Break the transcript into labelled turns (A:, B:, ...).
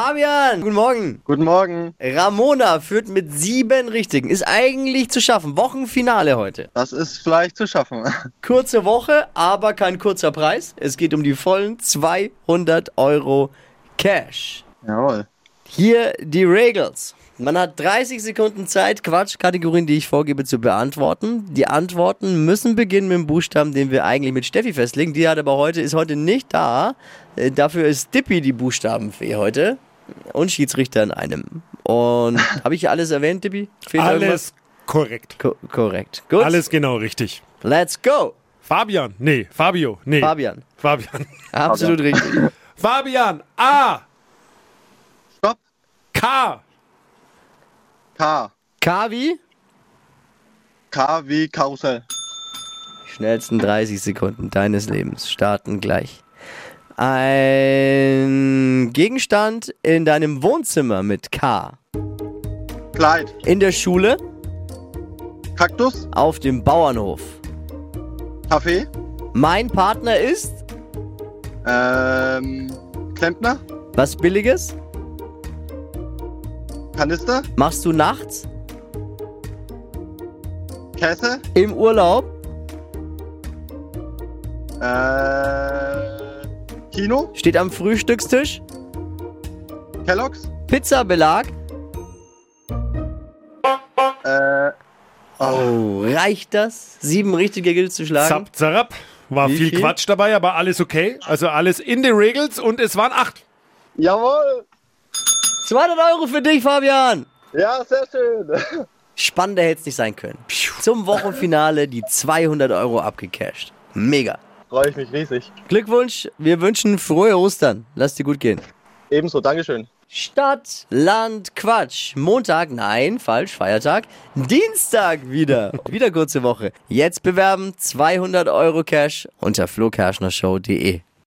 A: Fabian, guten Morgen.
B: Guten Morgen.
A: Ramona führt mit sieben Richtigen. Ist eigentlich zu schaffen. Wochenfinale heute.
B: Das ist vielleicht zu schaffen.
A: Kurze Woche, aber kein kurzer Preis. Es geht um die vollen 200 Euro Cash.
B: Jawohl.
A: Hier die Regels. Man hat 30 Sekunden Zeit, Quatschkategorien, die ich vorgebe, zu beantworten. Die Antworten müssen beginnen mit dem Buchstaben, den wir eigentlich mit Steffi festlegen. Die hat aber heute, ist heute nicht da. Äh, Dafür ist Dippy die Buchstabenfee heute. Und Schiedsrichter in einem. Und habe ich alles erwähnt, Dippy? Fehlt noch irgendwas?
C: Alles korrekt.
A: Ko korrekt. Gut.
C: Alles genau richtig.
A: Let's go.
C: Fabian, nee, Fabio, nee.
A: Fabian.
C: Fabian.
A: Absolut richtig.
C: Fabian, A,
B: Stopp.
C: K,
B: K.
A: Kavi.
B: K wie Karussell.
A: Schnellsten 30 Sekunden deines Lebens starten gleich. Ein Gegenstand in deinem Wohnzimmer mit K.
B: Kleid.
A: In der Schule,
B: Kaktus.
A: auf dem Bauernhof.
B: Kaffee.
A: Mein Partner ist
B: Ähm. Klempner.
A: was Billiges.
B: Kanister.
A: Machst du nachts
B: Käse.
A: im Urlaub
B: Äh. Kino.
A: steht am Frühstückstisch
B: Kellogg's.
A: Pizzabelag.
B: Äh.
A: Oh, reicht das? Sieben richtige gilt zu schlagen.
C: Zap, Zarab. War
A: Wie
C: viel,
A: viel?
C: Quatsch dabei, aber alles okay. Also alles in den Regels und es waren acht.
B: Jawohl.
A: 200 Euro für dich, Fabian.
B: Ja, sehr schön.
A: Spannender hätte es nicht sein können. Zum Wochenfinale die 200 Euro abgecasht. Mega.
B: Freue ich mich riesig.
A: Glückwunsch, wir wünschen frohe Ostern. Lass dir gut gehen.
B: Ebenso, Dankeschön.
A: Stadt, Land, Quatsch. Montag, nein, falsch, Feiertag. Dienstag wieder. Wieder kurze Woche. Jetzt bewerben 200 Euro Cash unter flokerschnershow.de.